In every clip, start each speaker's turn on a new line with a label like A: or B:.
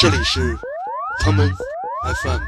A: 这里是他们 FM。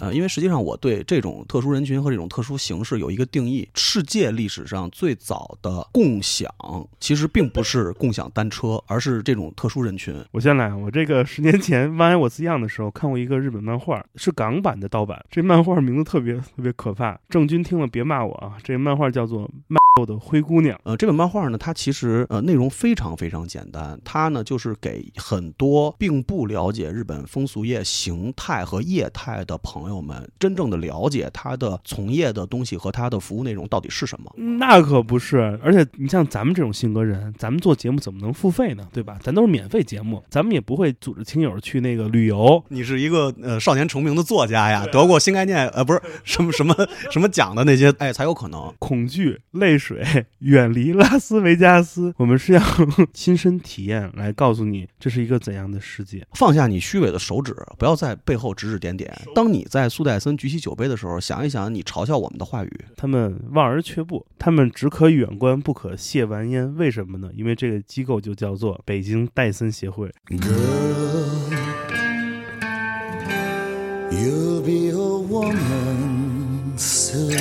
B: 呃，因为实际上我对这种特殊人群和这种特殊形式有一个定义：世界历史上最早的共享，其实并不是共享单车，而是这种特殊人群。
C: 我先来，啊我这个十年前《Why Was Young》的时候看过一个日本漫画，是港版的盗版。这漫画名字特别特别可怕，郑钧听了别骂我啊！这漫画叫做《卖肉的灰姑娘》。
B: 呃，这本漫画呢，它其实呃内容非常非常简单，它呢就是给很多并不了解日本风俗业形态和业态的朋友们，真正的了解它的从业的东西和它的服务内容到底是什么。
C: 那可不是，而且你像咱们这种性格人，咱们做节目怎么能付费呢？对吧？咱都是免费节目，咱们也不会组织亲友去那个旅游。
B: 你是一个呃少年成名的作家呀，得过新概念呃不是什么 什么什么奖的那些，哎才有可能。
C: 恐惧、泪水，远离拉斯维加斯。我们是要 亲身体验来告诉你，这是一个怎样的世界。
B: 放下你虚伪的手指，不要在背后指指点点。当你在苏戴森举起酒杯的时候，想一想你嘲笑我们的话语。
C: 他们望而却步，他们只可远观，不可亵玩焉。为什么呢？因为这个机构就叫做北京戴森协会。
D: Girl, you'll be a woman soon.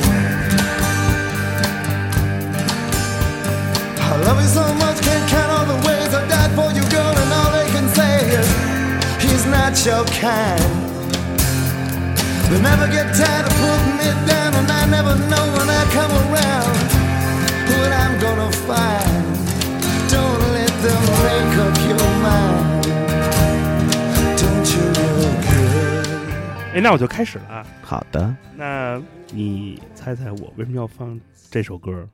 D: I love you so much, can't count all the ways I died for you, girl, and all they can say is he's not your kind. They never get tired of putting it down, and I never know when I come around what I'm gonna find. Don't let them make up your mind. Don't you look good?
C: 哎，那我就开始了啊。
B: 好的，
C: 那你猜猜我为什么要放这首歌？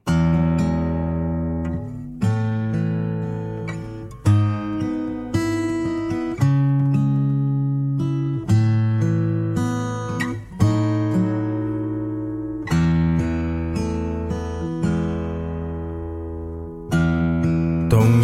E: 董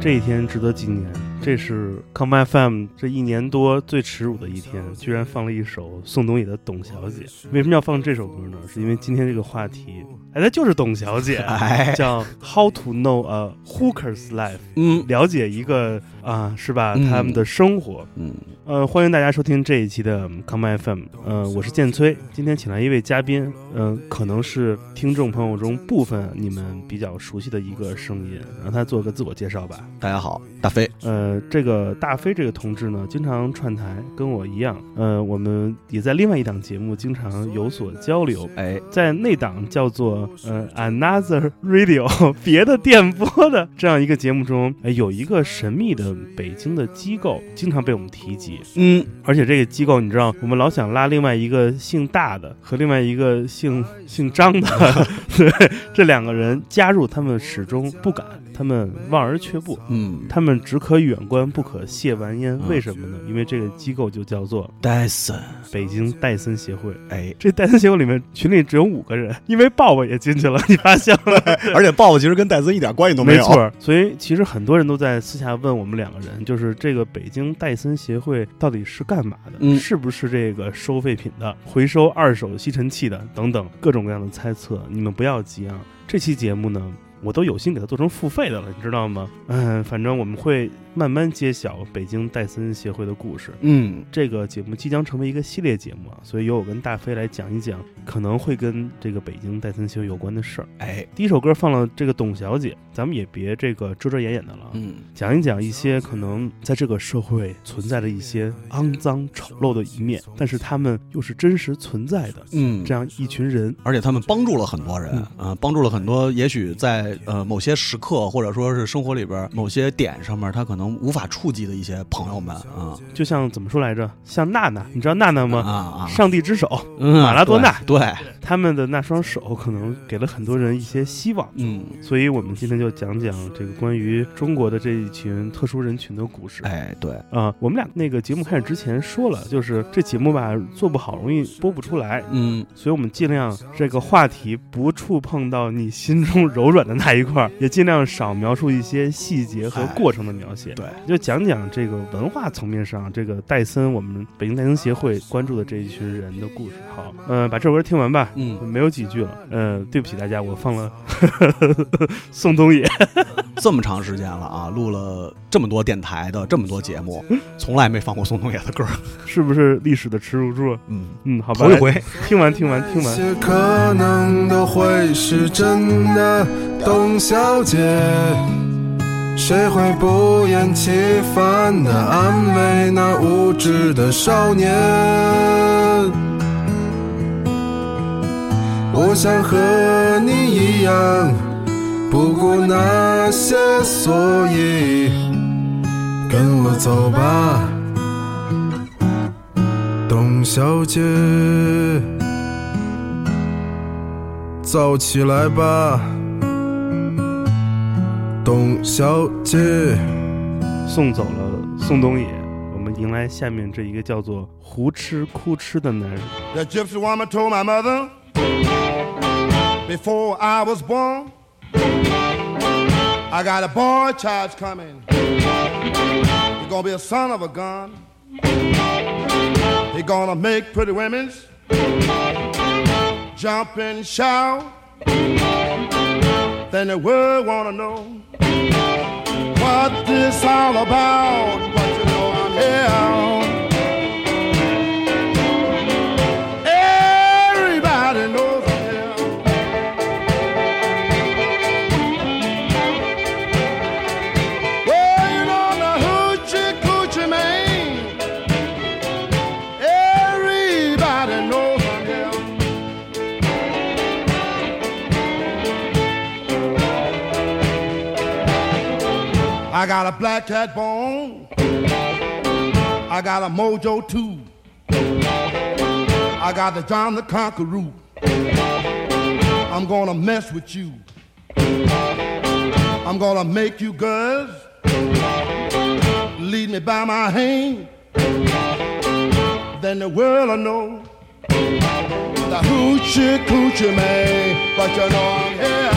C: 这一天值得纪念，这是 Come FM 这一年多最耻辱的一天，居然放了一首宋冬野的《董小姐》。为什么要放这首歌呢？是因为今天这个话题，哎，它就是董小 姐，
B: 哎，
C: 叫 How to Know a Hooker's Life，
B: 嗯
C: 了解一个啊、是吧？
B: 嗯
C: 他们的生活。
B: 嗯，
C: 呃，欢迎大家收听这一期的 Come FM。呃，我是建崔，今天请来一位嘉宾，呃，可能是听众朋友中部分你们比较熟悉的一个声音，让他做个自我介绍吧。
B: 大家好，大飞，
C: 呃，这个大飞这个同志呢，经常串台，跟我一样。呃，我们也在另外一档节目经常有所交流，
B: 哎，
C: 在那档叫做呃 Another Radio 别的电波的这样一个节目中，哎，有一个神秘的北京的机构，经常被我们提及。
B: 嗯，
C: 而且这个机构，你知道，我们老想拉另外一个姓大的和另外一个姓姓张的， 对，这两个人加入，他们始终不敢，他们望而却步。
B: 嗯，
C: 他们只可远观，不可亵玩焉。
B: 嗯
C: 为什么呢？因为这个机构就叫做
B: 戴森，
C: 北京戴森协会。
B: 哎，
C: 这戴森协会里面群里只有五个人，因为鲍勃也进去了，你发现了？
B: 而且豹子哦其实跟戴森一点关系 都
C: 没错儿。所以其实很多人都在私下问我们两个人，就是这个北京戴森协会到底是干嘛的？
B: 嗯
C: 是不是这个收废品的、回收二手吸尘器的等等各种各样的猜测？你们不要急啊！这期节目呢。我都有心给它做成付费的了，你知道吗？嗯，反正我们会慢慢揭晓北京戴森协会的故事。
B: 嗯，
C: 这个节目即将成为一个系列节目啊，所以由我跟大飞来讲一讲，可能会跟这个北京戴森协会有关的事儿。
B: 哎，
C: 第一首歌放了这个董小姐，咱们也别这个遮遮掩掩的了啊，
B: 嗯，
C: 讲一讲一些可能在这个社会存在的一些肮脏丑陋的一面，但是他们又是真实存在的。
B: 嗯，
C: 这样一群人，
B: 而且他们帮助了很多人啊、帮助了很多，也许在呃某些时刻或者说是生活里边某些点上面，他可能无法触及的一些朋友们啊
C: 就像怎么说来着？像娜娜，你知道娜娜
B: 啊
C: 吗？
B: 啊，
C: 上帝之手，
B: 嗯
C: 嗯马拉多纳
B: 对，对
C: 他们的那双手可能给了很多人一些希望。
B: 嗯，
C: 所以，我们今天就讲讲这个关于中国的这一群特殊人群的故事。
B: 哎，对，
C: 啊、我们俩那个节目开始之前说了，就是这节目吧做不好容易播不出来，
B: 嗯，
C: 所以我们尽量这个话题不触碰到你心中柔软的那一块儿，也尽量少描述一些细节和过程的描写。
B: 对，
C: 就讲讲这个文化层面上，这个戴森，我们北京戴森协会关注的这一群人的故事。好，嗯、把这首歌听完吧。
B: 嗯，
C: 没有几句了，呃，对不起大家，我放了 宋冬野。
B: 这么长时间了啊，录了这么多电台的这么多节目，从来没放过宋冬野的歌儿，
C: 是不是历史的耻辱柱？
B: 嗯，
C: 嗯，好吧，
B: 头一回，
C: 听完听完听
E: 这
C: 完，
E: 些可能都会是真的，董小姐。谁会不厌其烦的安慰那无知的少年？我想和你一样，不顾那些所以，跟我走吧，董小姐。燥起来吧，董小姐。
C: 送走了宋冬野，我们迎来下面这一个叫做“胡吃哭吃”的男人。
F: The gypsy woman told my mother before I was born, I got a boy child's coming. He's gonna be a son of a gun. He's gonna make pretty women's jump and shout. Then the world wanna know what this all about. But you know I'm here. Everybody knows I'm here. Well, you know I'm the hoochie coochie man. Everybody knows I'm here. I got a black cat bone. I got a mojo too. I got the John the Conqueror. I'm gonna mess with you. I'm gonna make you girls lead me by my hand. Then the world will know the hoochie coochie man, but you know I'm here.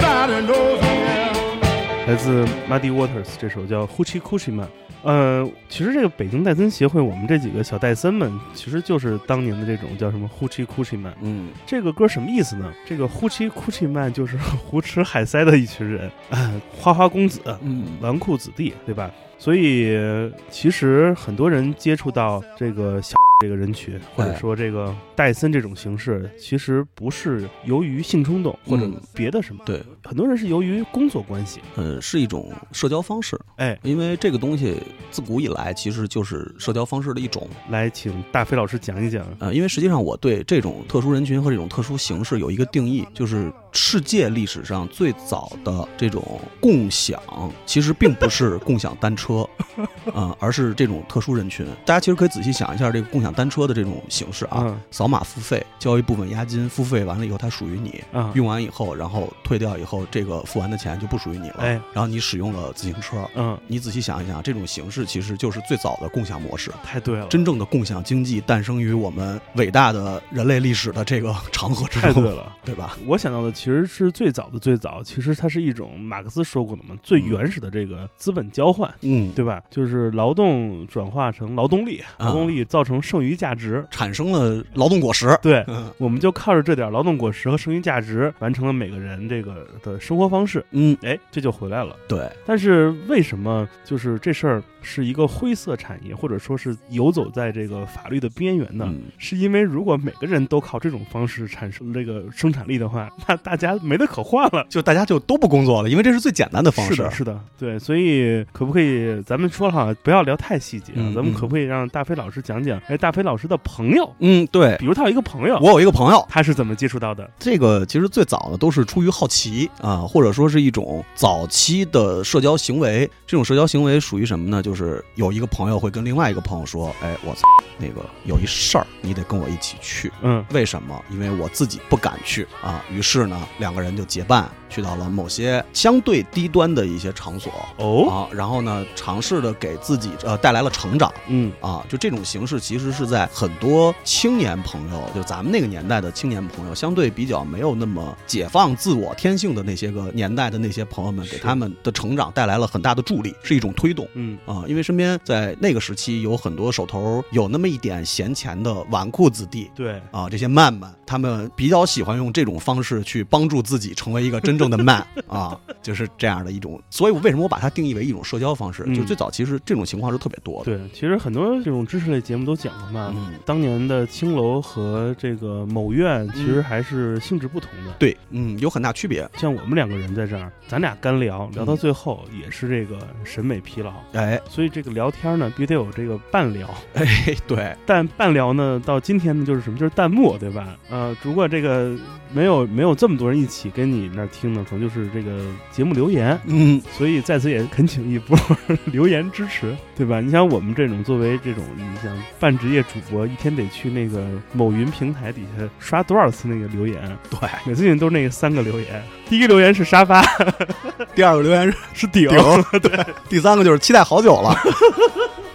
F: Everybody knows I'm here.
C: 来自 Muddy Waters 这首叫《Hoochie Coochie Man》。呃，其实这个北京戴森协会，我们这几个小戴森们，其实就是当年的这种叫什么 “Hoochie Coochie Man”。
B: 嗯，
C: 这个歌什么意思呢？这个 “Hoochie Coochie Man” 就是胡吃海塞的一群人，啊，花花公子，
B: 嗯，
C: 纨绔子弟，对吧？所以呃其实很多人接触到这个小这个人群，或
B: 哎
C: 者说这个戴森这种形式，其实不是由于性冲动或者
B: 嗯
C: 别的什么，
B: 对，
C: 很多人是由于工作关系。
B: 呃，是一种社交方式，
C: 哎，
B: 因为这个东西自古以来其实就是社交方式的一种。
C: 来，请大飞老师讲一讲。
B: 呃，因为实际上我对这种特殊人群和这种特殊形式有一个定义，就是世界历史上最早的这种共享，其实并不是共享单车， 啊、而是这种特殊人群。大家其实可以仔细想一下这个共享单车的这种形式啊，
C: 啊
B: 扫码付费，交一部分押金，付费完了以后它属于你，
C: 啊，
B: 用完以后然后退掉以后，这个付完的钱就不属于你了，
C: 哎，
B: 然后你使用了自行车。
C: 嗯，
B: 你仔细想一想，这种形式其实就是最早的共享模式。
C: 太对了，
B: 真正的共享经济诞生于我们伟大的人类历史的这个长河之
C: 太对
B: 中，
C: 了。
B: 对吧？
C: 我想到的其实是最早的最早，其实它是一种马克思说过的嘛，最原始的这个资本交换。
B: 嗯，
C: 对吧？就是劳动转化成劳动力，劳动力造成剩余价值。
B: 产生了劳动果实。
C: 对，
B: 嗯
C: 我们就靠着这点劳动果实和剩余价值，完成了每个人这个的生活方式。
B: 嗯，
C: 哎，这就回来了。
B: 对，
C: 但是为什么就是这事儿是一个灰色产业，或者说是游走在这个法律的边缘呢？
B: 嗯，
C: 是因为如果每个人都靠这种方式产生这个生产力的话，那大家没得可换了。
B: 就大家就都不工作了，因为这是最简单的方式。
C: 是的，是的，对，所以可不可以咱们说了哈，不要聊太细节啊，
B: 嗯
C: 咱们可不可以让大飞老师讲讲？哎，大飞老师的朋友，
B: 嗯，对
C: 比如他有一个朋友，
B: 我有一个朋友，
C: 他是怎么接触到的？
B: 这个其实最早呢都是出于好奇啊、或者说是一种早期的社交行为。这种社交行为属于什么呢？就是有一个朋友会跟另外一个朋友说：“哎，我操，那个有一事儿，你得跟我一起去。
C: 嗯，
B: 为什么？因为我自己不敢去啊。”于是呢，两个人就结伴去到了某些相对低端的一些场所
C: 哦，
B: 啊，然后呢，尝试的给自己呃带来了成长。
C: 嗯，
B: 啊，就这种形式其实是在很多青年朋友，就咱们那个年代的青年朋友，相对比较没有那么解放自我天性的那些个年代的那些朋友们，给
C: 是
B: 他们的成长带来了很大的助力，是一种推动。
C: 嗯，
B: 啊，因为身边在那个时期有很多手头有那么一点闲钱的纨绔子弟
C: 对，
B: 啊，这些慢慢他们比较喜欢用这种方式去帮助自己成为一个真正的 慢啊，就是这样的一种。所以为什么我把它定义为一种社交方式？就
C: 嗯
B: 最早其实这种情况是特别多的。
C: 对，其实很多这种知识类节目都讲了嘛，
B: 嗯，
C: 当年的青楼和这个某院其
B: 嗯
C: 实还是性质不同的。
B: 对，嗯，有很大区别。
C: 像我们两个人在这儿，咱俩干聊，聊
B: 嗯
C: 到最后也是这个审美疲劳，
B: 哎，
C: 所以这个聊天呢必须得有这个伴聊。
B: 哎，对，
C: 但伴聊呢，到今天呢就是什么，就是弹幕，对吧？呃，如果这个没有没有这么多人一起跟你那儿听呢，可能就是这个节目留言。
B: 嗯，
C: 所以在此也恳请一波留言支持，对吧？你像我们这种作为这种你想半职业主播，一天得去那个某云平台底下刷多少次那个留言？
B: 对。
C: 每次都是那个三个留言，第一个留言是沙发
B: 第二个留 言是
C: 是顶，
B: 顶，对， 第三个就是期待好久 了，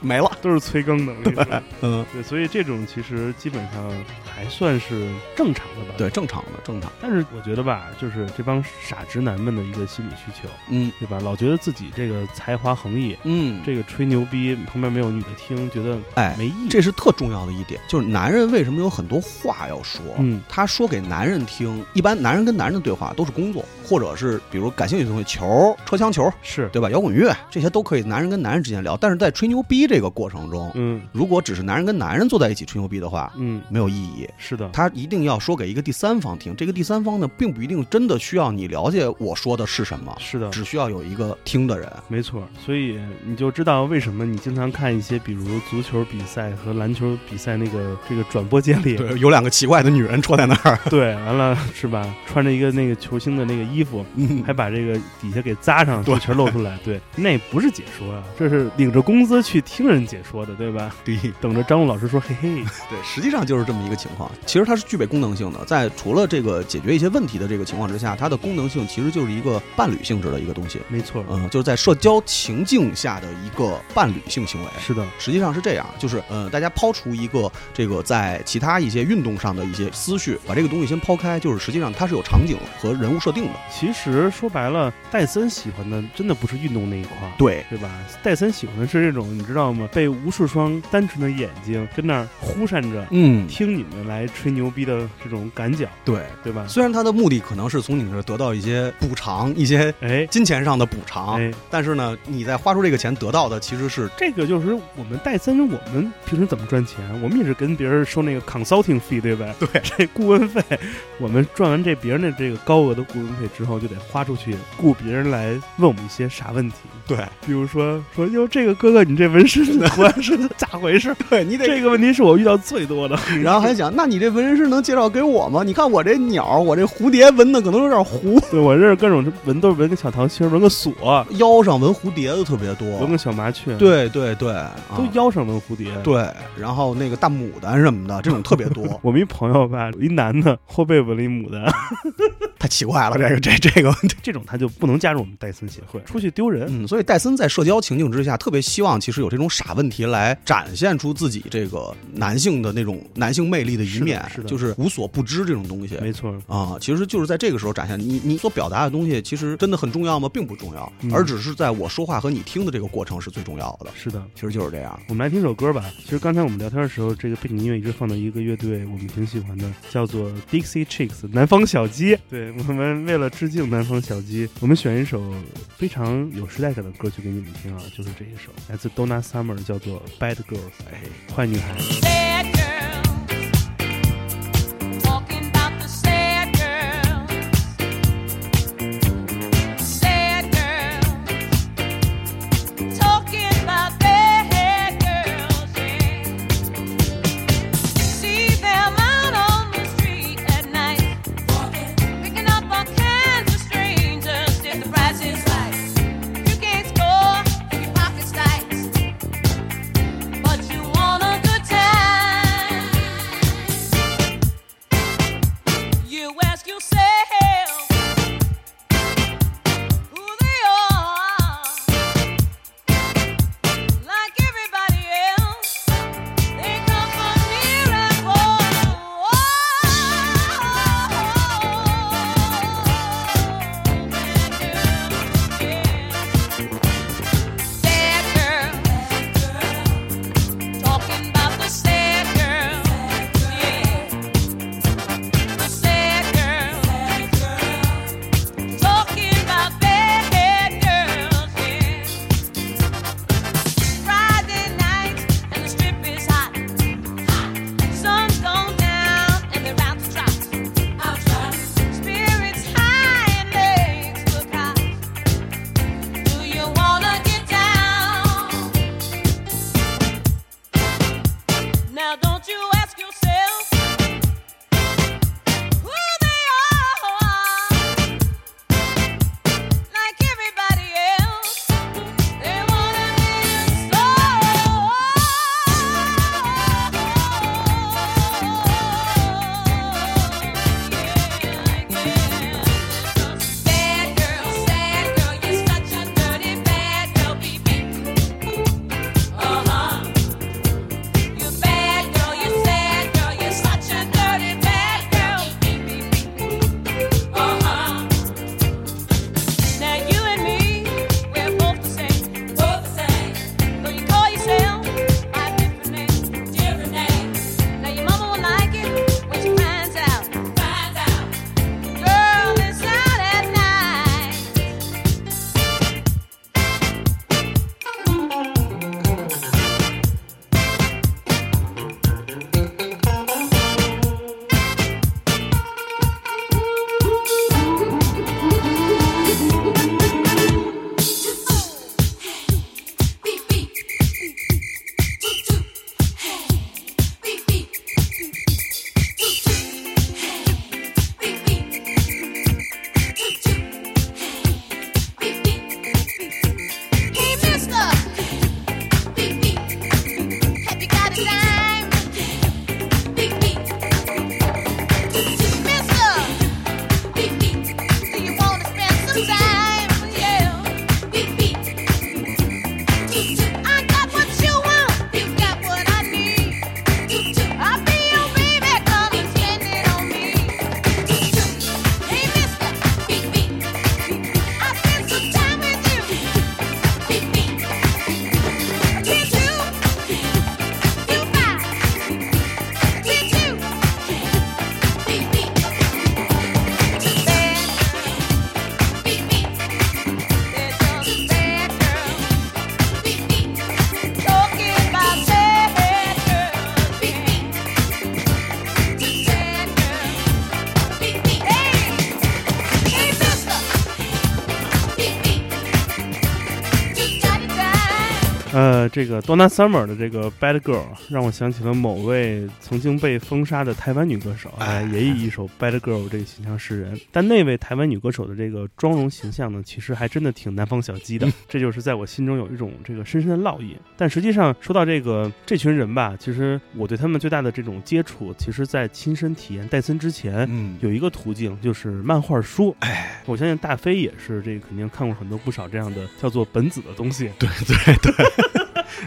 B: 没了。
C: 都是催更的。我跟你说
B: 嗯，
C: 对，所以这种其实基本上还算是正常的吧。
B: 对，，正常的，正常。
C: 但是我觉得吧，就是这帮傻直男们的一个心理需求，
B: 嗯
C: 对吧？老觉得自己这个才华横溢，
B: 嗯，
C: 这个吹牛逼，旁边没有女的听，觉得
B: 哎，
C: 没意义。
B: 这是特重要的一点，就是男人为什么有很多话要说？
C: 嗯
B: 他说给男人听，一般男人跟男人的对话都是工作，或者是比如感兴趣的东西，球、车厢球，
C: 是，
B: 对吧？摇滚乐这些都可以，男人跟男人之间聊。但是在吹牛逼这个过程中，
C: 嗯
B: 如果只是男人跟男人坐在一起吹牛逼的话，
C: 嗯，
B: 没有意义。
C: 是的，
B: 他一定要说给一个第三方听，这个第三方呢，并不一定真的需要你了解我说的是什么，
C: 是的，
B: 只需要有一个听的人。
C: 没错。所以你就知道为什么你经常看一些比如足球比赛和篮球比赛那个这个转播间里，
B: 对，有两个奇怪的女人戳在那儿，
C: 对，完了是吧？穿着一个那个球星的那个衣服，
B: 嗯
C: 还把这个底下给扎上，就全露出来。对，那不是解说啊，这是领着工资去听人解说的，对吧？
B: 对，
C: 等着张璐老师说，嘿嘿，
B: 对，实际上就是这么一个情况。其实它是具备功能性的，在除了这个解决一些问题的这个情况之下，它的功能性其实就是一个伴侣性质的一个东西，
C: 没错，
B: 嗯，就是在社交情境下的一个伴侣性行为。
C: 是的，
B: 实际上是这样，就是呃，大家抛除一个这个在其他一些运动上的一些思绪，把这个东西先抛开，就是实际上它是有场景和人物设定的。
C: 其实说白了，戴森喜欢的真的不是运动那一块儿。
B: 对，
C: 对吧？戴森喜欢的是这种，你知道吗？被无数双单纯的眼睛跟那儿忽闪着，
B: 嗯，
C: 听你们来吹牛逼的这种感脚，
B: 对。
C: 对吧？
B: 虽然它的目的可能是从你那儿得到一些补偿，一些
C: 哎
B: 金钱上的补偿，
C: 哎，
B: 但是呢，你在花出这个钱得到的其实是
C: 这个就是我们戴森，我们平时怎么赚钱？我们也是跟别人收那个 consulting fee，对吧？
B: 对，
C: 这顾问费，我们赚完这别人的这个高额的顾问费之后，就得花出去雇别人来问我们一些啥问题，
B: 对
C: 比如说说哟，这个哥哥你这纹身的图案是咋回事？
B: 对，你得。
C: 这个问题是我遇到最多的。
B: 然后还想，那你这纹身师能介绍给我吗？你看我这鸟，我这蝴蝶纹的可能有点糊，
C: 对我认识各种纹都是纹个小桃心儿，纹个锁，
B: 腰上纹蝴蝶的特别
C: 纹
B: 多。
C: 个小麻雀，，
B: 对对对，啊
C: 都腰上纹蝴蝶。，，
B: 对，然后那个大牡丹什么的，这种特别多
C: 我们一朋友吧，有一男的后背纹了一牡丹，
B: 太奇怪了，这个这这个。
C: 这种他就不能加入我们戴森协会，出去丢人。
B: 嗯，所以戴森在社交情境之下，特别希望其实有这种傻问题来展现出自己这个男性的那种男性魅力的一
C: 是的
B: 面，
C: 是的
B: 就是无所不知这种东西。
C: 没错，
B: 啊、其实就是在这个时候展现你你所表达的东西，其实真的很重要吗？并不重要，
C: 嗯
B: 而只是在我说话和你听的这个过程是最重要的。
C: 是的。
B: 其实就是这样。
C: 我们来听首歌吧。其实刚才我们聊天的时候，这个背景音乐一直放到一个乐队，我们挺喜欢的，叫做 Dixie Chicks 南方小鸡。对我们为了致敬南方小鸡，我们选一首非常有时代感的歌曲给你们听啊，就是这一首，来自 Donna Summer，叫做《Bad Girls》，坏女孩。
G: Sad girls, talking about the sad girls. Sad girls, talking about bad girls. See them out on the street at night, picking up all kinds of strangers. Did the prices right? You can't score, your pockets tight. Now don't you ask yourself who they are. Like everybody else, they wanna be a star. Bad girl, sad girl, you're such a dirty bad girl, Uh huh. You bad girl, you sad girl, you're such a dirty bad girl. Uh huh. Now you and me, we're both the same, both the same. Though you call yourself by different names, different names. Now your mama will like it when she finds out, finds out. Girl is out at night. Beep, beep. I got what you want, you got what I need. I'll be your baby, come and spend it on me. Hey, mister, I spent some time with you. Did you? You buy? Did you? Bad girl, bad girl. Talking about sad girls, sad girls. Hey, hey sister, you got it right.
C: 呃，这个 Donna Summer 的这个 Bad Girl 啊让我想起了某位曾经被封杀的台湾女歌手，哎，也以一首 Bad Girl 这个形象示人。但那位台湾女歌手的这个妆容形象呢，其实还真的挺南方小鸡的，这就是在我心中有一种这个深深的烙印。但实际上说到这个这群人吧，其实我对他们最大的这种接触，其实在亲身体验戴森之前，
B: 嗯，
C: 有一个途径就是漫画书，哎，我相信大飞也是这个肯定看过很多不少这样的叫做本子的东西，
B: 对对对，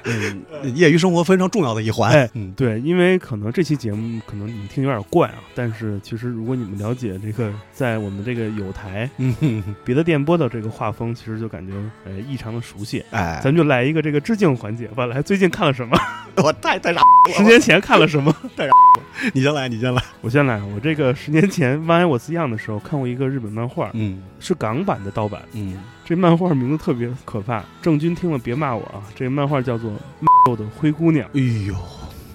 B: 嗯，业余生活非常重要的一环。
C: 哎
B: 嗯，
C: 对，因为可能这期节目可能你们听有点怪啊，但是其实如果你们了解这个，在我们这个有台
B: 嗯，
C: 别的电波的这个画风，其实就感觉呃异常的熟悉。
B: 哎，
C: 咱们就来一个这个致敬环节吧，来最近看了什么？
B: 我太太傻，
C: 十年前看了什么？
B: 你先来，你先来。
C: 我先来，我这个十年前《One I Was Young》的时候看过一个日本漫画，
B: 嗯
C: 是港版的盗版。
B: 嗯，
C: 这漫画名字特别可怕，郑钧听了别骂我啊！这漫画叫做《的灰姑娘》。
B: 哎呦，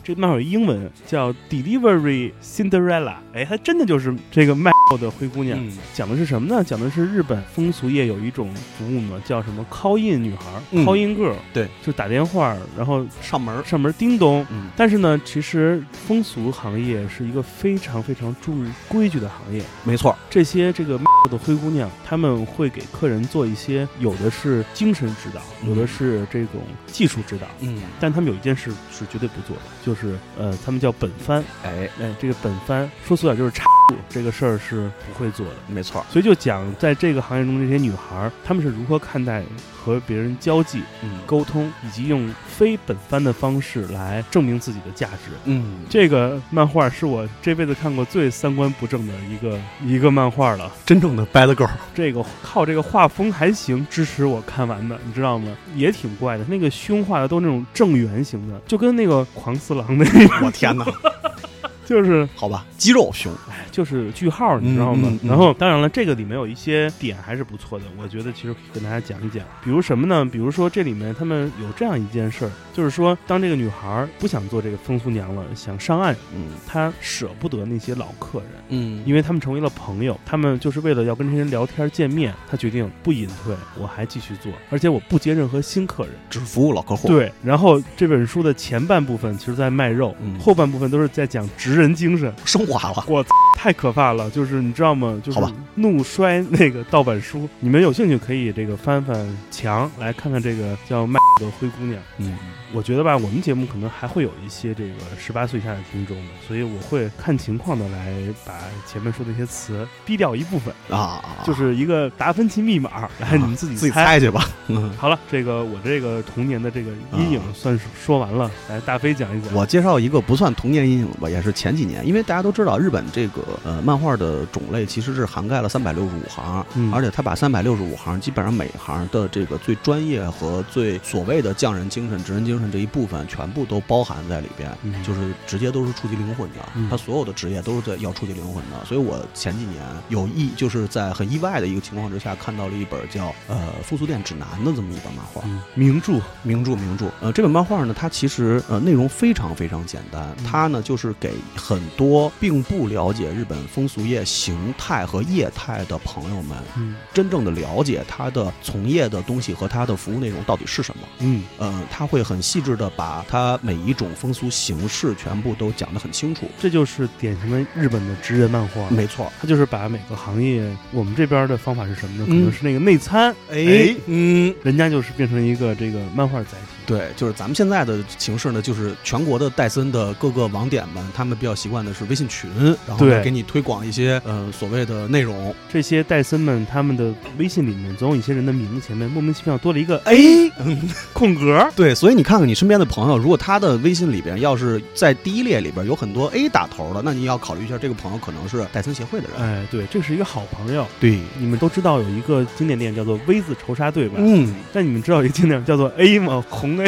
C: 这漫画英文叫《Delivery Cinderella》，哎，它真的就是这个卖肉的灰姑娘。
B: 嗯
C: 讲的是什么呢？讲的是日本风俗业有一种服务呢，叫什么 call in 女孩、
B: 嗯
C: call in girl，
B: 对，
C: 就打电话，然后
B: 上门儿，
C: 上门叮咚。
B: 嗯
C: 但是呢，其实风俗行业是一个非常非常注意规矩的行业。
B: 没错，
C: 这些这个 的灰姑娘，他们会给客人做一些，有的是精神指导，有的是这种技术指导。
B: 嗯，
C: 但他们有一件事是绝对不做的，就是呃，他们叫本番，
B: 哎，
C: 哎，这个本番说俗点就是插入这个事儿是不会做的。
B: 没错，
C: 所以就讲在这个行业中这些女孩儿，她们是如何看待和别人交际、
B: 嗯
C: 沟通，以及用非本番的方式来证明自己的价值。
B: 嗯，
C: 这个漫画是我这辈子看过最三观不正的一个一个漫画了。
B: 真正的 bad girl，
C: 这个靠这个画风还行，支持我看完的，你知道吗？也挺怪的，那个胸画的都是那种正圆形的，就跟那个狂四郎那
B: 嗯我天哪，
C: 就是
B: 好吧，肌肉熊，
C: 就是句号，你知道吗？
B: 嗯嗯嗯
C: 然后当然了，这个里面有一些点还是不错的，我觉得其实可以跟大家讲一讲。比如什么呢？比如说这里面他们有这样一件事儿，就是说当这个女孩儿不想做这个风俗娘了，想上岸，
B: 嗯
C: 她舍不得那些老客人。
B: 嗯
C: 因为他们成为了朋友，他们就是为了要跟这些人聊天见面，她决定不隐退，我还继续做，而且我不接任何新客人。
B: 只服务老客户，，
C: 对，然后这本书的前半部分其实在卖肉，
B: 嗯
C: 后半部分都是在讲职人精神。
B: 升华了，
C: 我操，太可怕了！就是你知道吗？就是
B: 好吧
C: 怒摔那个盗版书，你们有兴趣可以这个翻翻墙来看看这个叫麦的灰姑娘。
B: 嗯，
C: 我觉得吧，我们节目可能还会有一些这个十八岁以下的听众的，所以我会看情况的来把前面说的一些词逼掉一部分，
B: 啊，
C: 就是一个达芬奇密码，来你们自己
B: 自己猜去吧，嗯。
C: 好了，这个我这个童年的这个阴
B: 啊
C: 影算是说完了，来大飞讲一讲。
B: 我介绍一个不算童年阴影吧，也是前几年，因为大家都知道日本这个呃漫画的种类其实是涵盖了三百六十五行，
C: 嗯
B: 而且他把三百六十五行基本上每行的这个最专业和最所谓的匠人精神、职人精神这一部分全部都包含在里边，
C: 嗯
B: 就是直接都是触及灵魂的
C: 嗯，
B: 他所有的职业都是在要触及灵魂的。所以我前几年有意就是在很意外的一个情况之下看到了一本叫呃《风俗店指南》的这么一本漫画，
C: 嗯名著，
B: 名著名著。呃，这本漫画呢，它其实呃内容非常非常简单，
C: 嗯
B: 它呢就是给很多并不了解日本风俗业形态和业态的朋友们，
C: 嗯
B: 真正的了解它的从业的东西和它的服务内容到底是什么。
C: 嗯
B: 呃，它会很细致的把它每一种风俗形式全部都讲得很清楚。
C: 这就是典型的日本的职人漫画。
B: 没错，
C: 他就是把每个行业，我们这边的方法是什么呢？可
B: 嗯
C: 能是那个内参，
B: 哎
C: 嗯，人家就是变成一个这个漫画载体。
B: 对，就是咱们现在的形式呢，就是全国的戴森的各个网点们，他们比较习惯的是微信群，然后呢
C: 对
B: 给你推广一些呃所谓的内容。
C: 这些戴森们他们的微信里面，总有一些人的名字前面莫名其妙多了一个
B: 哎，
C: 空格。
B: 对，所以你看看你身边的朋友，如果他的微信里边要是在第一列里边有很多 A 打头的，那你要考虑一下，这个朋友可能是戴森协会的人。
C: 哎，对，这是一个好朋友。
B: 对，
C: 你们都知道有一个经典电影叫做《V 字仇杀队》吧？
B: 嗯，
C: 但你们知道有一个经典叫做 A 吗？红 A。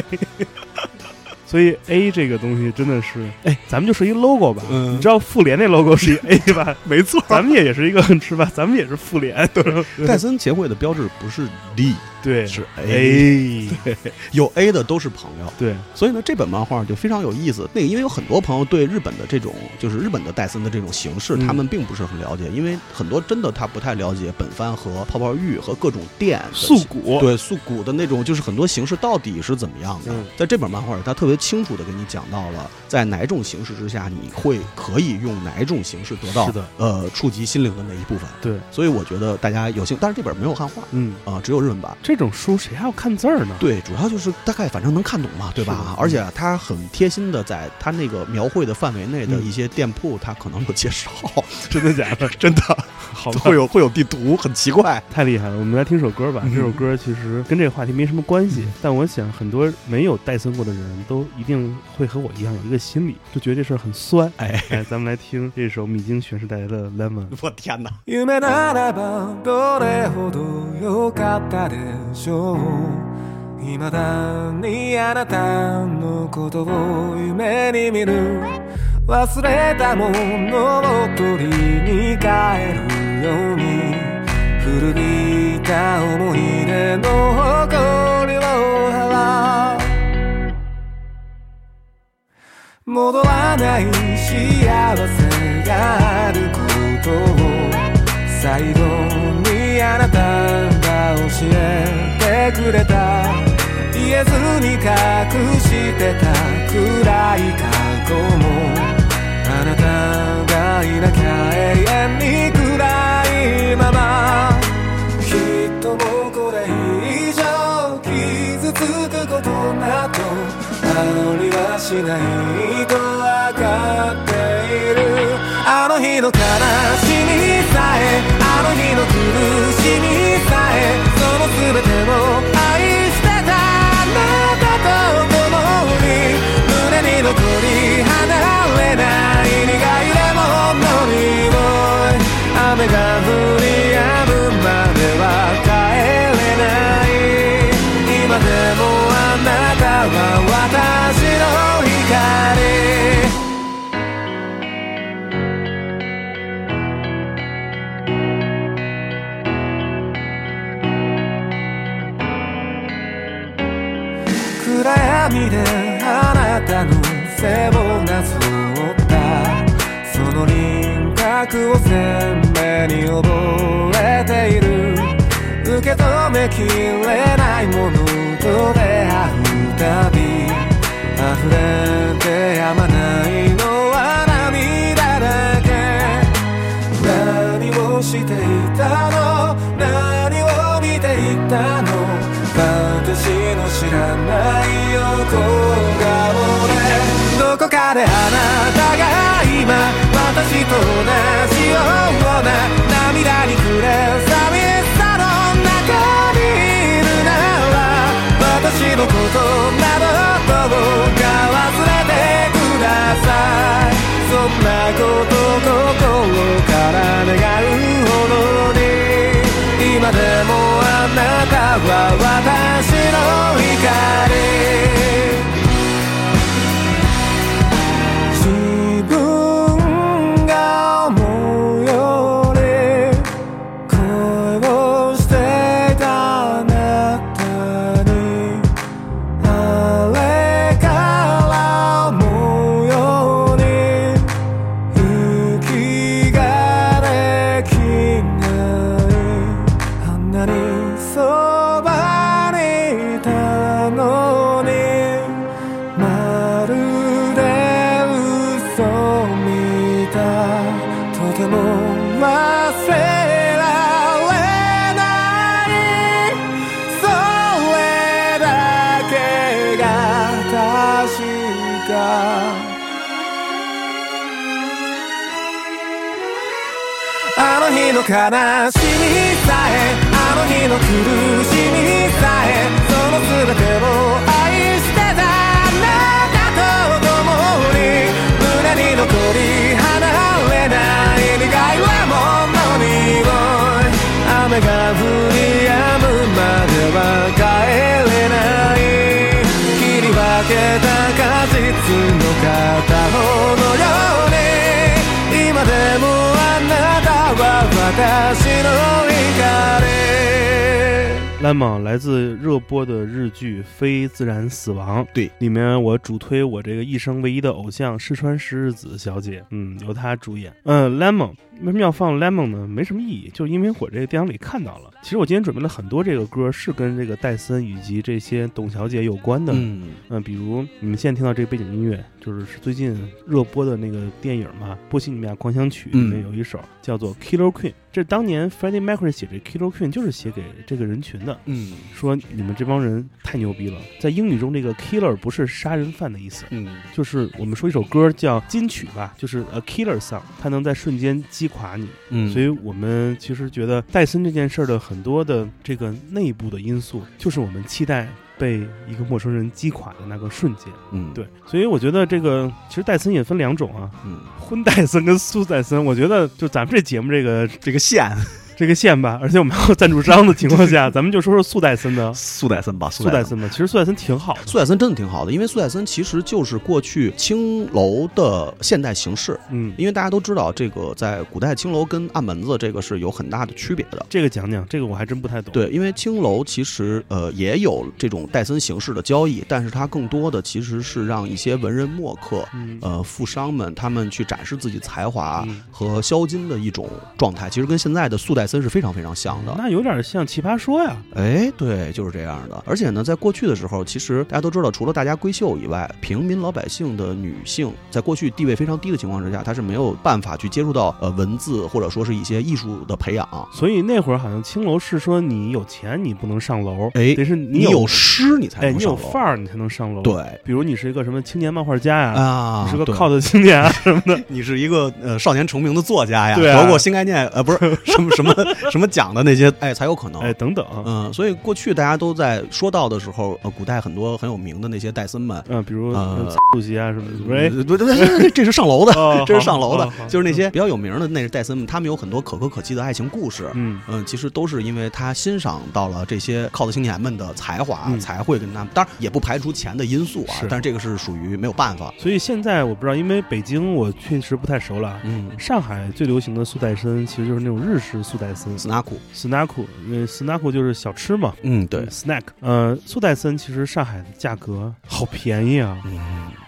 C: 所以 A 这个东西真的是，哎，咱们就说一 logo 吧。
B: 嗯
C: 你知道妇联那 logo 是一 A 吧？ 没错，咱们也也是一个是吧？咱们也是妇联，对
B: 戴森协会的标志不是 D，
C: 对
B: 是 A，
C: A，
B: 有 A 的都是朋友。
C: 对，
B: 所以呢，这本漫画就非常有意思。那个，因为有很多朋友对日本的这种，就是日本的戴森的这种形式，
C: 嗯
B: 他们并不是很了解，因为很多真的他不太了解本番和泡泡浴和各种店的
C: 素骨，
B: 对素骨的那种，就是很多形式到底是怎么样的。
C: 嗯
B: 在这本漫画里，他特别清楚的给你讲到了，在哪种形式之下，你会可以用哪种形式得到
C: 是的
B: 呃触及心灵的那一部分。
C: 对，
B: 所以我觉得大家有幸，但是这本没有汉化
C: 嗯，
B: 啊、只有日文版。
C: 这种书谁还要看字儿呢？
B: 对，主要就是大概反正能看懂嘛，对
C: 是的嗯
B: 吧？而且他很贴心的在他那个描绘的范围内的一些店铺，他可能有介绍，
C: 真的假的？
B: 真的
C: 好吧
B: 会有会有地图，很奇怪。
C: 太厉害了！我们来听首歌吧。
B: 嗯
C: 这首歌其实跟这个话题没什么关系，但我想很多没有戴森过的人都一定会和我一样有一个心理，就觉得这事儿很酸。
B: 哎，
C: 哎，咱们来听这首米津玄师带来的《Lemon》。
B: 我天哪！
D: 夢ならばどれほど良かったでしょう未だにあなたのことを夢に見る忘れたものを取りに帰るように古びた思い出の誇りを払う戻らない幸せがあることを最後にあなたが教えてくれた言えずに隠してた暗い過去もあなたがいなきゃ永遠に暗いままきっともうこれ以上傷つくことなどありはしないと分かっているあの日の悲しみさえあの日の苦しみさえその全てを愛してたあなたと共に胸に残り離れない苦いレモンの匂い雨が降り止むまでは帰れない今でもあなたは私の光覚を鮮明に覚えている受け止めきれないものと出会うたび溢れてやまないのは涙だけ何をしていたの何を見ていたの私の知らない横顔でどこかであなたが今私と同じような涙に暮れ寂しさの中にいるなら私のことなどどうか忘れてくださいそんなこと心から願うほどに今でもあなたは私の光自分が思うより恋をしていたあなたにあれから思うように息ができないあんなにそばにいたのにまるで嘘見たとても忘れられないそれだけが確かあの日の悲しみさえあの日の苦しみさえその全てを愛してたあなたと共に胸に残り離れない苦いはものにい雨が降り止むまでは帰れない切り分けた果実の片方のように今でもあなたは私の光
C: 蓝蟒来自热播的日剧《非自然死亡》，
B: 对，
C: 里面我主推我这个一生唯一的偶像石川十日子小姐，嗯，由她主演。嗯、l e m o n 为什么要放 Lemon 呢？没什么意义，就是因为我这个电影里看到了。其实我今天准备了很多这个歌是跟这个戴森以及这些董小姐有关的，
B: 嗯，
C: 嗯，比如你们现在听到这个背景音乐，就是是最近热播的那个电影嘛，《波西米亚狂想曲》里面
B: 嗯
C: 有一首叫做《Killer Queen》，这是当年 Freddie Mercury 写这《Killer Queen》就是写给这个人群的，
B: 嗯
C: 说你们这帮人太牛逼了。在英语中，这个 killer 不是杀人犯的意思，
B: 嗯
C: 就是我们说一首歌叫金曲吧，就是 a killer song，它能在瞬间击垮你。
B: 嗯，
C: 所以我们其实觉得戴森这件事儿的很多的这个内部的因素，就是我们期待被一个陌生人击垮的那个瞬间。
B: 嗯
C: 对，，所以我觉得这个其实戴森也分两种啊，
B: 嗯，
C: 荤戴森跟素戴森。我觉得就咱们这节目这个
B: 这个线
C: 这个线吧，而且我们还有赞助商的情况下，咱们就说说素戴森的。
B: 苏戴森吧，
C: 素戴
B: 戴。
C: 森吧，其实素戴森挺好的，
B: 嗯苏戴森真的挺好的，因为苏戴森其实就是过去青楼的现代形式。
C: 嗯，
B: 因为大家都知道，这个在古代青楼跟暗门子这个是有很大的区别的。
C: 这个讲讲，这个我还真不太懂。，
B: 对，因为青楼其实呃也有这种戴森形式的交易，但是它更多的其实是让一些文人墨客、
C: 嗯，
B: 呃富商们他们去展示自己才华
C: 嗯
B: 和销金的一种状态，其实跟现在的素戴森是非常非常像的。
C: 那有点像《奇葩说》呀，
B: 哎，对，就是这样的。而且呢，在过去的时候，其实大家都知道，除了大家闺秀以外，平民老百姓的女性，在过去地位非常低的情况之下，她是没有办法去接触到呃文字或者说是一些艺术的培养。
C: 所以那会儿好像青楼是说你有钱你不能上楼，
B: 哎
C: 得是
B: 你
C: 有
B: 有诗，你才
C: 哎
B: 能
C: 你
B: 上
C: 有
B: 楼。
C: 范儿你才能上楼。，
B: 对
C: 比如你是一个什么青年漫画家呀，
B: 啊，
C: 你是个
B: 对
C: 靠的青年啊什么的，
B: 你是一个呃少年成名的作家呀，
C: 对啊
B: 得过新概念呃不是什么什么什么奖的那些，哎才有可能。
C: 哎等等，
B: 嗯，所以过去大家都在说到的时候，呃，古代很多很有名的那些戴森们，
C: 嗯，比如
B: 呃
C: 呃主席啊什么的，喂，
B: 对对对，对这是上楼的，
C: 哦
B: 嗯这是上楼的
C: 好好，好
B: 就是那些比较有名的那是戴森们，他们有很多可歌可泣的爱情故事。
C: 嗯，
B: 嗯，其实都是因为他欣赏到了这些靠的青年们的才华，
C: 嗯
B: 才会跟他们。当然，也不排除钱的因素啊，
C: 是
B: 但是这个是属于没有办法。
C: 所以现在我不知道，因为北京我确实不太熟了。
B: 嗯，
C: 上海最流行的素带森其实就是那种日式素带森
B: 斯纳库，
C: ，snack，呃，snack 就是小吃嘛，
B: 嗯，对，
C: ，snack，呃，苏戴森其实上海的价格好便宜啊，
B: 嗯，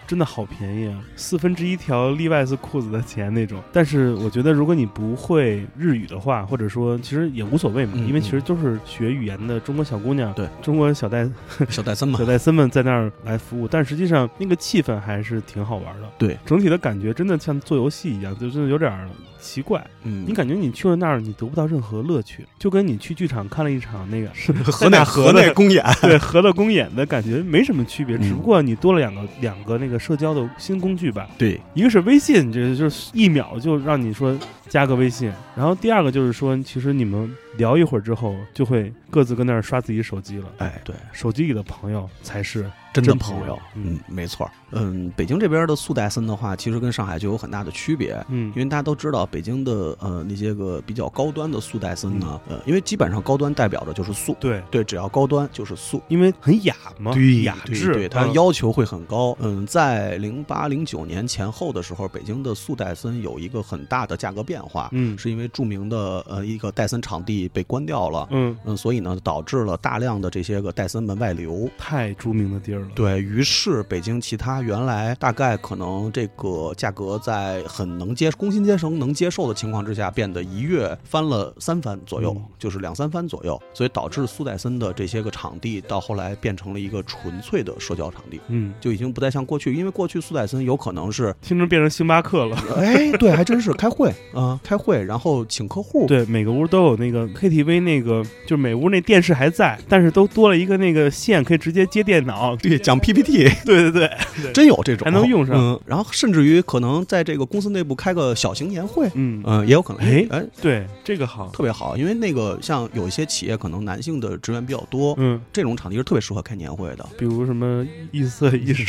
C: 真的好便宜啊，四分之一条 Levi's 裤子的钱那种。但是我觉得，如果你不会日语的话，或者说其实也无所谓嘛，
B: 嗯
C: 因为其实都是学语言的中国小姑娘，
B: 对
C: 中国小 戴
B: 小戴森嘛
C: 小，戴森们在那儿来服务，但实际上那个气氛还是挺好玩的。
B: 对，
C: 整体的感觉真的像做游戏一样，就真的有点儿奇怪。
B: 嗯
C: 你，感觉你去了那儿，你得不到任何乐趣，就跟你去剧场看了一场那个
B: 河南河内公演，
C: 对河的公演的感觉没什么区别，
B: 嗯
C: 只不过你多了两个两个那个社交的新工具吧。
B: 对，
C: 一个是微信，这就是一秒就让你说加个微信，然后第二个就是说，其实你们聊一会儿之后，就会各自跟那儿刷自己手机了。
B: 哎，对，
C: 手机里的朋友才是
B: 真的
C: 真
B: 朋友，
C: 嗯
B: 嗯，没错儿，嗯，北京这边的速戴森的话，其实跟上海就有很大的区别，
C: 嗯
B: 因为大家都知道，北京的呃那些个比较高端的速戴森呢，呃，因为基本上高端代表的就是速，
C: 对，
B: 对，只要高端就是速。
C: 因为很雅嘛，雅
B: 对
C: 致，
B: 对，它
C: 嗯
B: 要求会很高。嗯，在零八零九年前后的时候，北京的速戴森有一个很大的价格变化，
C: 嗯
B: 是因为著名的呃一个戴森场地被关掉了，
C: 嗯
B: 嗯，所以呢导致了大量的这些个戴森门外流。
C: 太著名的地儿了，
B: 对于是，北京其他原来大概可能这个价格在很能接工薪阶层能接受的情况之下，变得一跃翻了三番左右，
C: 嗯
B: 就是两三番左右，所以导致苏戴森的这些个场地到后来变成了一个纯粹的社交场地，
C: 嗯，
B: 就已经不再像过去，因为过去苏戴森有可能是，
C: 听着变成星巴克了。
B: 哎，对，还真是开会啊、开会，然后请客户，
C: 对，每个屋都有那个 KTV，那个就是每屋那电视还在，但是都多了一个那个线，可以直接接电脑。
B: 对，讲 PPT，
C: 对对对，
B: 真有这种，
C: 还能用上
B: 嗯，然后甚至于可能在这个公司内部开个小型年会，
C: 嗯，
B: 嗯，也有可能，
C: 哎
B: 哎，
C: 对，这个好，
B: 特别好，因为那个像有一些企业可能男性的职员比较多，
C: 嗯，。
B: 这种场地是特别适合开年会的
C: 比如什么异色意识，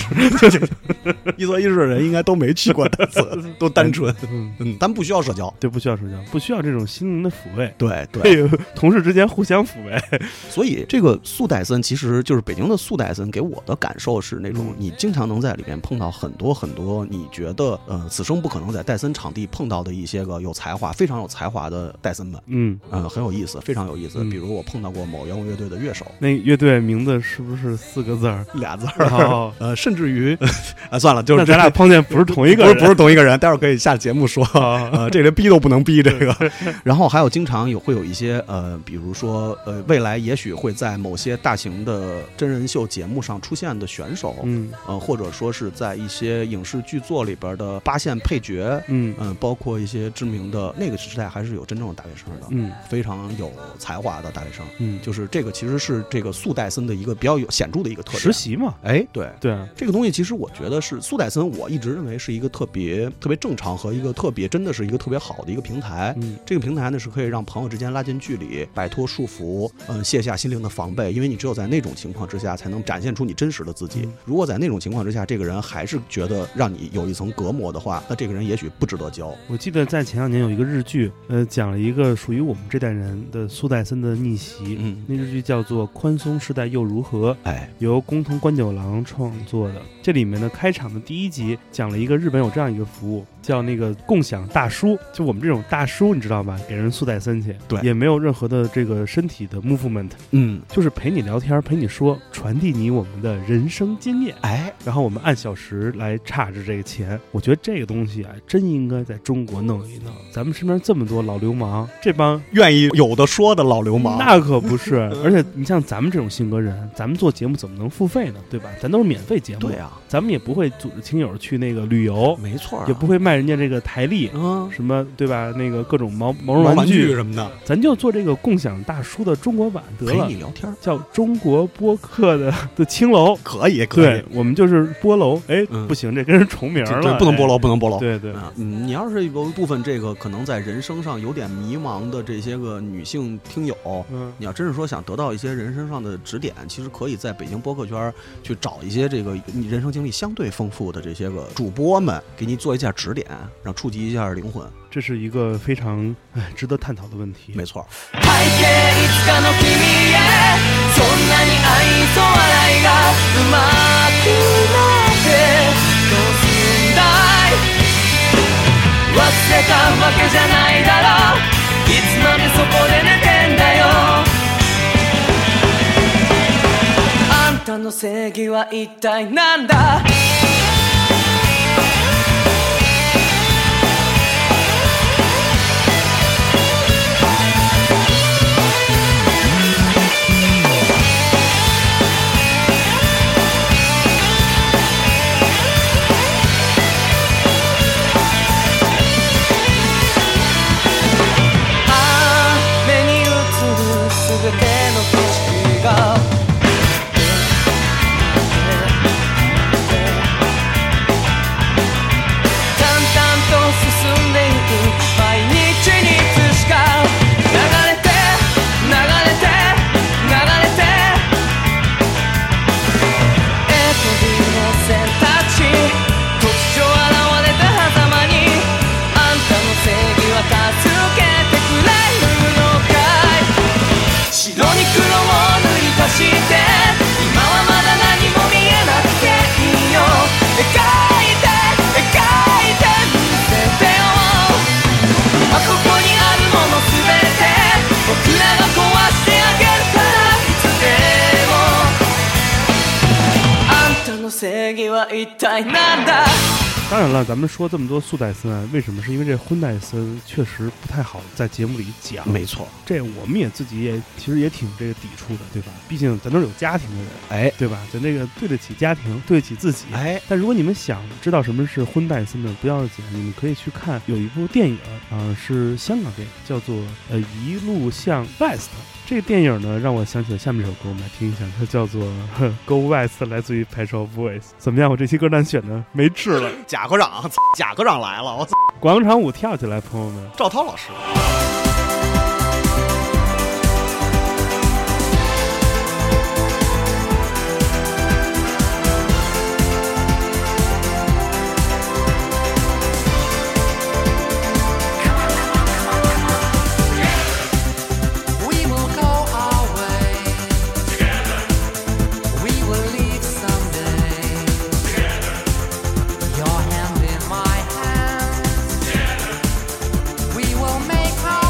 B: 一桌一室的人哎应该都没去过单 次，都单纯，
C: 嗯，
B: 嗯，但不需要社交。
C: 对，不需要社交，不需要这种心灵的抚慰。
B: 对对，
C: 对，同事之间互相抚慰。
B: 所以这个速戴森其实就是北京的速戴森，给我的感受是那种
C: 嗯
B: 你经常能在里边碰到很多很多你觉得呃此生不可能在戴森场地碰到的一些个有才华、非常有才华的戴森们，
C: 嗯，
B: 嗯，很有意思，非常有意思。
C: 嗯
B: 比如我碰到过某摇滚乐队的 乐手，
C: 那乐队名字是不是四个字儿？
B: 俩字 儿，
C: 哦，
B: 呃，甚至 于啊，算了，就是
C: 那咱俩碰见不是同一个
B: 不
C: 人，
B: 是不是同一个人，待会儿可以下节目说。
C: 啊，
B: 呃，这连逼都不能逼这个。 然后还有经常有会有一些呃，比如说呃，未来也许会在某些大型的真人秀节目上出现的选手，
C: 嗯
B: 呃，或者说是在一些影视剧作里边的八线配角，
C: 嗯
B: 嗯、包括一些知名的那个时代还是有真正的大学生的，
C: 嗯
B: 非常有才华的大学生。
C: 嗯，
B: 就是这个其实是这个速戴森的一个比较有显著的一个特
C: 实
B: 点。
C: 习嘛，
B: 哎，对，
C: 对啊，
B: 这个东西其实我觉得是苏戴森，我一直认为是一个特别特别正常和一个特别真的是一个特别好的一个平台。
C: 嗯
B: 这个平台呢是可以让朋友之间拉近距离，摆脱束缚，嗯，卸下心灵的防备，因为你只有在那种情况之下，才能展现出你真实的自己
C: 嗯。
B: 如果在那种情况之下，这个人还是觉得让你有一层隔膜的话，那这个人也许不值得交。
C: 我记得在前两年有一个日剧，呃，讲了一个属于我们这代人的苏戴森的逆袭。
B: 嗯，
C: 那日剧叫做《宽松时代又如何》，
B: 哎，
C: 由工藤官九郎创作的。这里面呢，开场的第一集讲了一个日本有这样一个服务，叫那个共享大叔，就我们这种大叔，你知道吧？给人速戴森去，
B: 对
C: 也没有任何的这个身体的 movement，
B: 嗯，
C: 就是陪你聊天，陪你说，传递你我们的人生经验。
B: 哎，
C: 然后我们按小时来差值这个钱，我觉得这个东西啊，真应该在中国弄一弄。咱们身边这么多老流氓，这帮
B: 愿意有的说的老流氓，
C: 那可不是。 而且你像咱们这种性格人，咱们做节目怎么能付费呢？对吧？咱都是免费节目，
B: 对啊，
C: 咱们也不会组织亲友去那个旅游，
B: 没错、啊
C: 也不会卖人家这个台历。
B: 嗯，
C: 什么对吧？那个各种毛毛绒
B: 玩
C: 玩
B: 具什么的，
C: 咱就做这个共享大叔的中国版得
B: 陪
C: 了
B: 你，聊天儿，
C: 叫中国播客的 的青楼。
B: 可以，可以
C: 对。我们就是波楼，哎，
B: 嗯
C: 不行， 这跟人重名
B: 这
C: 儿
B: 这
C: 了，
B: 不能剥
C: 哎
B: 楼，不能剥楼。
C: 对对，
B: 啊，嗯，你要是有一部分这个可能在人生上有点迷茫的这些个女性听友，
C: 嗯，
B: 你要真是说想得到一些人生上的指点，其实可以在北京播客圈儿去找一些这个你人生经历相对丰富的这些个主播们，给你做一下指点，让触及一下灵魂。
C: 这是一个非常 哎值得探讨的问题。
B: 没错儿，
G: 背景いつかの君へそんなに愛想笑いがうまくなってどうすんだい忘れたわけじゃないだろいつまでそこで寝てんだよあんたの正義は一体なんだ一体なんだ
C: 当然了，咱们说这么多速戴森啊，为什么？是因为这荤戴森确实不太好在节目里讲。
B: 没错，
C: 这我们也自己也其实也挺这个抵触的，对吧？毕竟咱都是有家庭的人，
B: 哎
C: 对吧？咱这个对得起家庭，对得起自己。
B: 哎，
C: 但如果你们想知道什么是荤戴森的，不要紧，你们可以去看有一部电影啊、是香港电影，叫做呃《一路向 West》。这个电影呢，让我想起了下面一首歌，我们来听一下，它叫做 呵《Go West》，来自于 p e t r o l Boys。怎么样？我这期歌单选的没治了，
H: 贾科长，贾科长来了，我操，
C: 广场舞跳起来，朋友们！
H: 赵涛老师，
I: We will go our way. Together. We will leave someday. Together. Your hand in my hand. Together. We will make our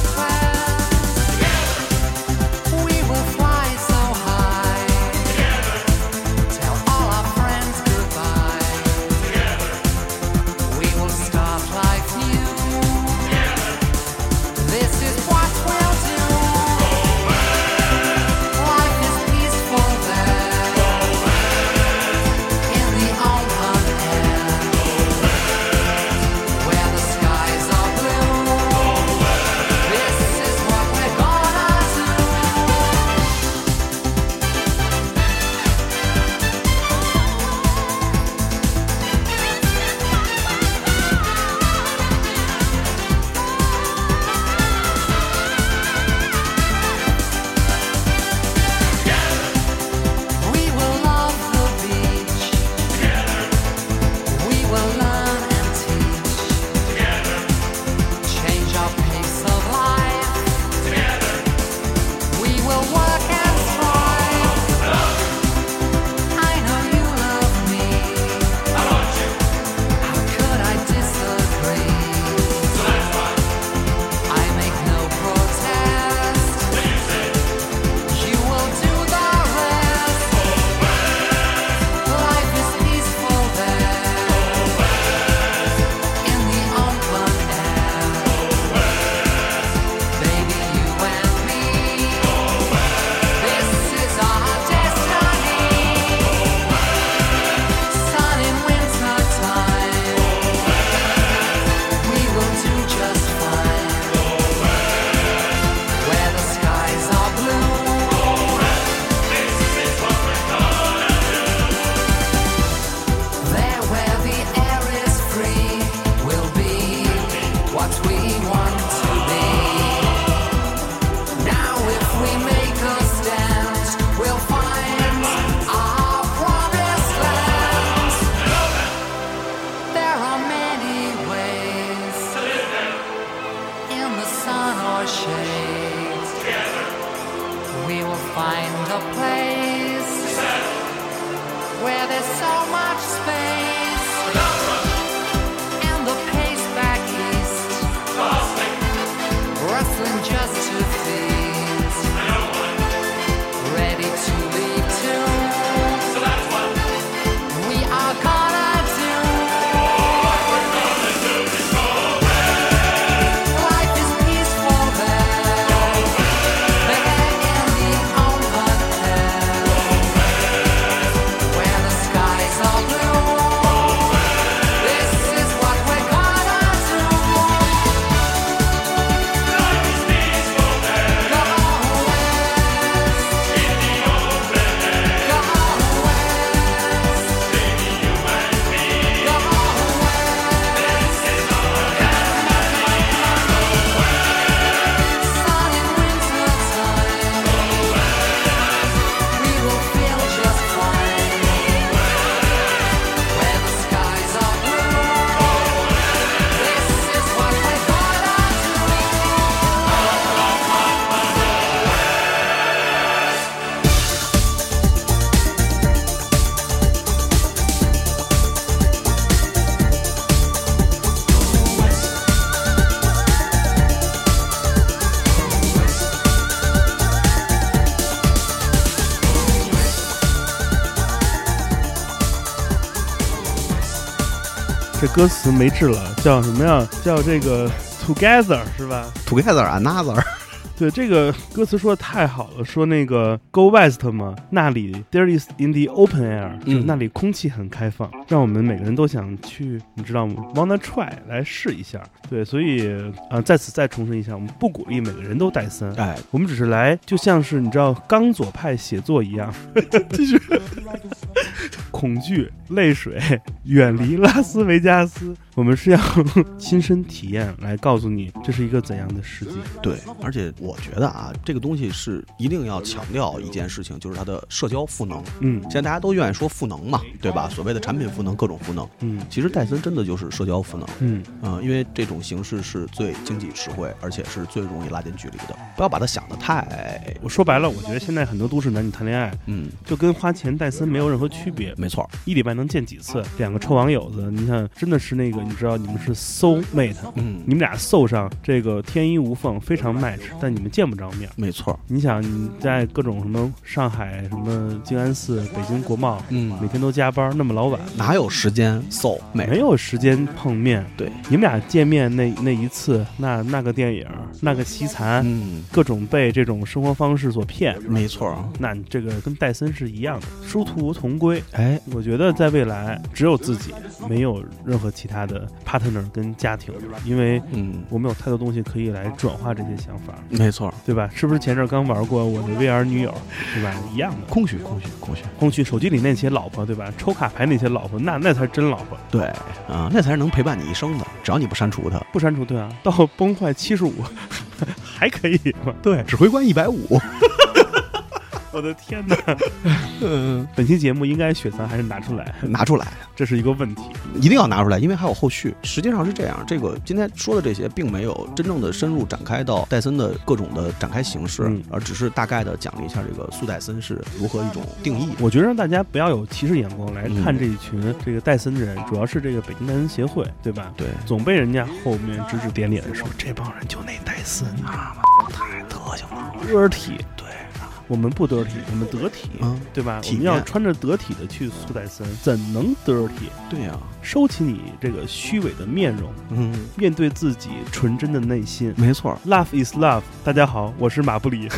C: 这歌词没治了，叫什么呀？叫这个 Together 是吧？
B: together another，
C: 对，这个歌词说的太好了，说那个 Go West 嘛，那里 There is in the open air，就是
B: 嗯
C: 那里空气很开放，让我们每个人都想去，你知道吗？Wanna try 来试一下。对，所以啊、呃在此再重申一下，我们不鼓励每个人都带三。
B: 哎，
C: 我们只是来，就像是你知道刚左派写作一样， 就是恐惧、泪水，远离拉斯维加斯。我们是要 亲身体验来告诉你，这是一个怎样的世界。
B: 对，而且我觉得啊，这个东西是一定要强调一件事情，就是它的社交赋能。
C: 嗯
B: 现在大家都愿意说赋能嘛，对吧？所谓的产品赋能，各种赋能，
C: 嗯
B: 其实戴森真的就是社交赋能。
C: 嗯，
B: 嗯，因为这种形式是最经济实惠，而且是最容易拉近距离的。不要把它想得太……
C: 我说白了，我觉得现在很多都市男女谈恋爱
B: 嗯，
C: 就跟花钱戴森没有任何区别。
B: 没错儿，
C: 一礼拜能见几次？两个臭网友子，你看，真的是那个，你知道你们是 soul mate，
B: 嗯
C: 你，们俩 soul 上这个天衣无缝，非常 match，但你们见不着面。
B: 没错儿，
C: 你想你在各种什么上海、什么静安寺、北京国贸，
B: 嗯
C: 每天都加班，那么老晚，
B: 哪有时间 so 美？
C: 没有时间碰面。
B: 对，
C: 你们俩见面那那一次，那那个电影，那个奇谈，
B: 嗯，
C: 各种被这种生活方式所骗。
B: 没错儿，啊
C: 那你这个跟戴森是一样的，殊途同归。
B: 哎，
C: 我觉得在未来，只有自己，没有任何其他的 partner 跟家庭，因为
B: 嗯，
C: 我们有太多东西可以来转化这些想法，
B: 没错儿，
C: 对吧？是不是前阵儿刚玩过我的 VR 女友，对吧？一样的。
B: 空虚，空虚，空虚，
C: 空虚，手机里那些老婆，对吧？抽卡牌那些老婆，那那才是真老婆，
B: 对，啊、那才是能陪伴你一生的。只要你不删除它，
C: 不删除对啊， 到崩坏七十五还可以吗？对，
B: 指挥官一百五，
C: 我的天 哪！嗯本期节目应该雪藏还是拿出来，
B: 拿出来。
C: 这是一个问题。
B: 一定要拿出来，因为还有后续。实际上是这样，这个今天说的这些，并没有真正的深入展开到戴森的各种的展开形式，
C: 嗯
B: 而只是大概的讲了一下这个苏戴森是如何一种定义。
C: 我觉得让大家不要有歧视眼光来
B: 嗯
C: 看这一群这个戴森的人，主要是这个北京戴森协会，对吧？
B: 对，
C: 总被人家后面指指点点的说这帮人就那戴森啊，
B: 太德行了，
C: dirty。
B: 对，
C: 我们不 dirty，我们得体，
B: 嗯
C: 对吧？我
B: 体
C: 们
B: 面
C: 要穿着得体的去苏戴森，怎能 dirty？
B: 对呀、
C: 收起你这个虚伪的面容，
B: 嗯，
C: 面对自己纯真的内心。
B: 没错儿，
C: Love is love。大家好，我是马布里。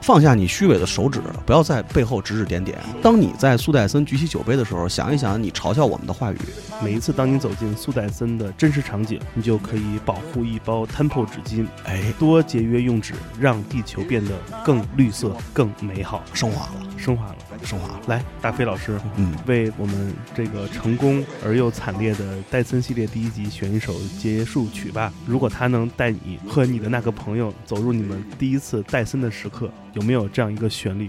B: 放下你虚伪的手指，不要在背后指指点点。当你在苏戴森举起酒杯的时候，想一想你嘲笑我们的话语。
C: 每一次当你走进苏戴森的真实场景，你就可以保护一包 Tempo 纸巾，
B: 哎，
C: 多节约用纸，让地球变得更绿色、更美好，
B: 升华了，
C: 升华了。
B: 升华了，
C: 来，大飞老师。
B: 嗯，
C: 为我们这个成功而又惨烈的戴森系列第一集选一首结束曲吧。如果它能带你和你的那个朋友走入你们第一次戴森的时刻，有没有这样一个旋律？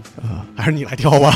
H: 还是你来挑吧。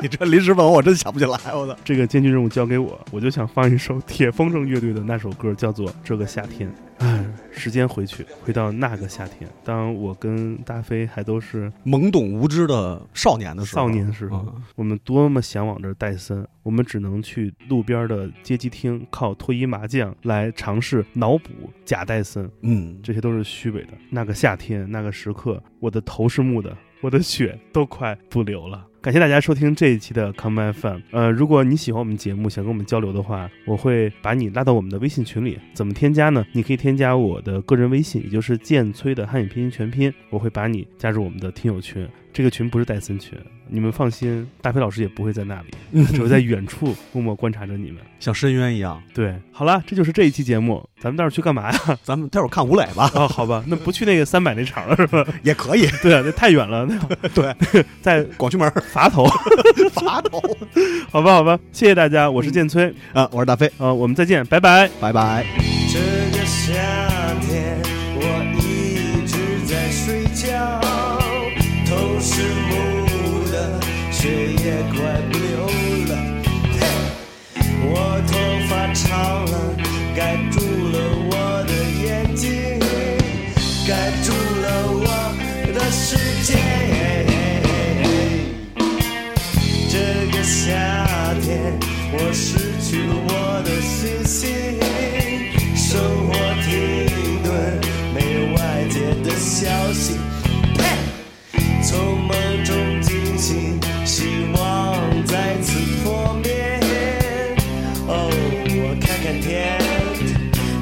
H: 你这临时问我，我真想不起来，我操！
C: 这个艰巨任务交给我，我就想放一首铁风筝乐队的那首歌，叫做《这个夏天》。唉，哎时间回去，回到那个夏天，当我跟大飞还都是
B: 懵懂无知的少年的时候，
C: 少年时候，
B: 嗯
C: 我们多么向往着戴森，我们只能去路边的街机厅，靠脱衣麻将来尝试脑补假戴森，
B: 嗯，
C: 这些都是虚伪的。那个夏天，那个时刻，我的头是木的，我的血都快不流了。感谢大家收听这一期的 Come FM。呃，如果你喜欢我们节目，想跟我们交流的话，我会把你拉到我们的微信群里。怎么添加呢？你可以添加我的个人微信，也就是剑崔的汉语拼音全拼，我会把你加入我们的听友群。这个群不是戴森群，你们放心，大飞老师也不会在那里，只会在远处默默观察着你们。
B: 像深渊一样。
C: 对，好了，这就是这一期节目，咱们待会儿去干嘛呀？
B: 咱们待会儿看吴磊吧，
C: 哦，好吧，那不去那个三百那场了是吧？
H: 也可以，
C: 对啊，那太远了，那
H: 对，
C: 在
H: 广渠门儿
C: 垡头，
H: 伐头。
C: 好吧，好吧，谢谢大家，我是建崔，
H: 啊，我是大飞，
C: 呃，我们再见，拜拜。
H: 拜拜。
D: 这个夏天，我一直在睡觉，头是木的，血也快不流了。嘿我头发长了，盖住了我的眼睛，盖住了我的世界。这个夏天，我失去了我的信心，生活停顿，没有外界的消息。嘿从梦中惊醒，希望再次破灭。哦，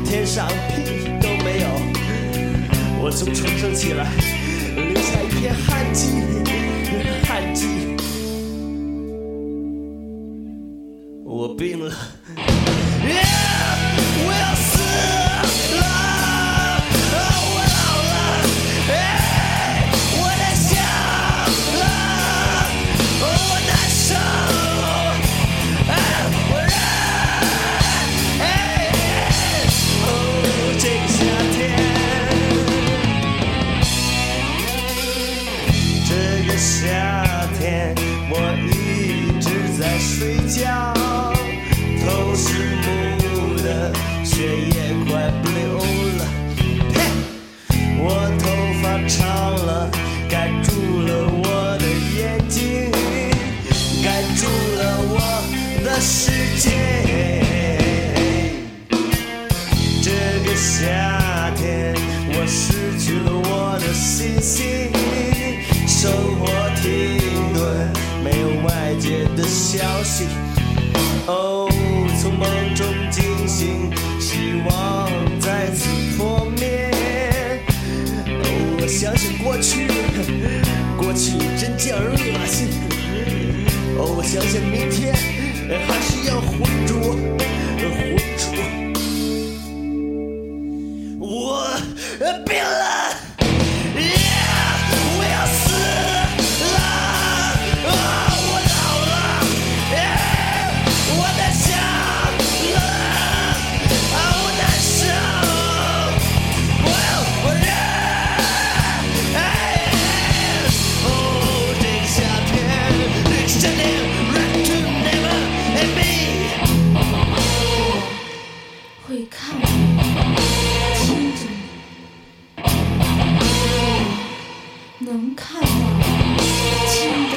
J: 天上屁都没有。我从床上起来，留下一片汗迹，汗迹。我病了。我要死了！Oh，我老了，哎，我太想了，Oh，我难受，啊，我忍，哎，哦，这个夏天，这个夏天，我一直在睡觉，头是木的，血液快不流了。嘿，我头发长了，盖住了我的眼睛，盖住了我的世界。这个夏天，我失去了我的信心，生活停顿，没有外界的消息。哦，从梦中惊醒，希望再次破灭。哦，我想想过去，过去真叫人恶心。哦，我想想明天，还是要活捉，活捉。我病了，我要死了，我老了，我太想了，我难受，我忍，哦，这个夏天，这个夏天，right to never and me。
K: 会看我，听着你，能看到，听到。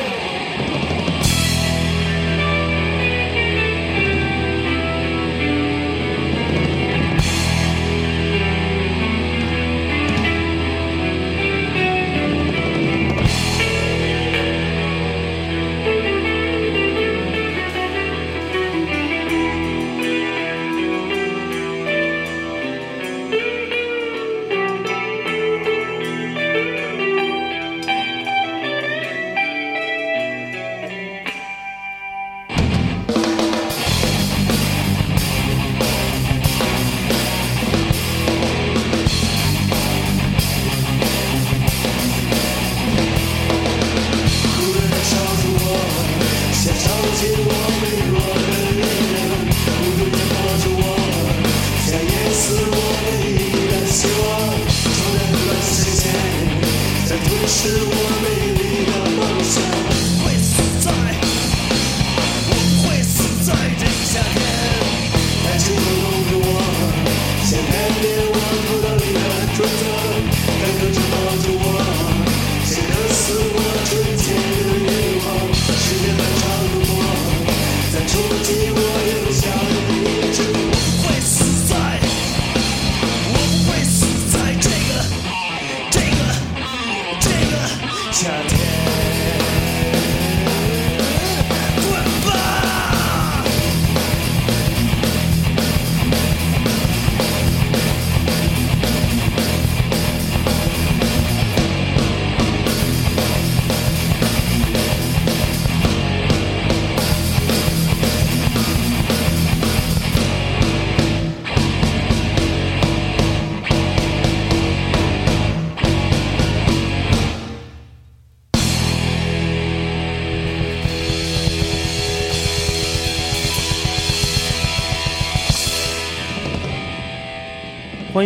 J: 无论它超出我们，想超越我们的我的力量；无论它夺走我们，想淹死我们的一点希望。从那个乱世间，在吞噬我美丽的梦想。会死在，我会死在这个夏天。爱情会控制我们，想改变我不道理的准则，但可知抱着我。谁能似我纯洁的欲望？时间漫长如波，在冲击我幼小的意志。我会死在，我会死在这个、这个、这个夏天。滚吧！
C: 欢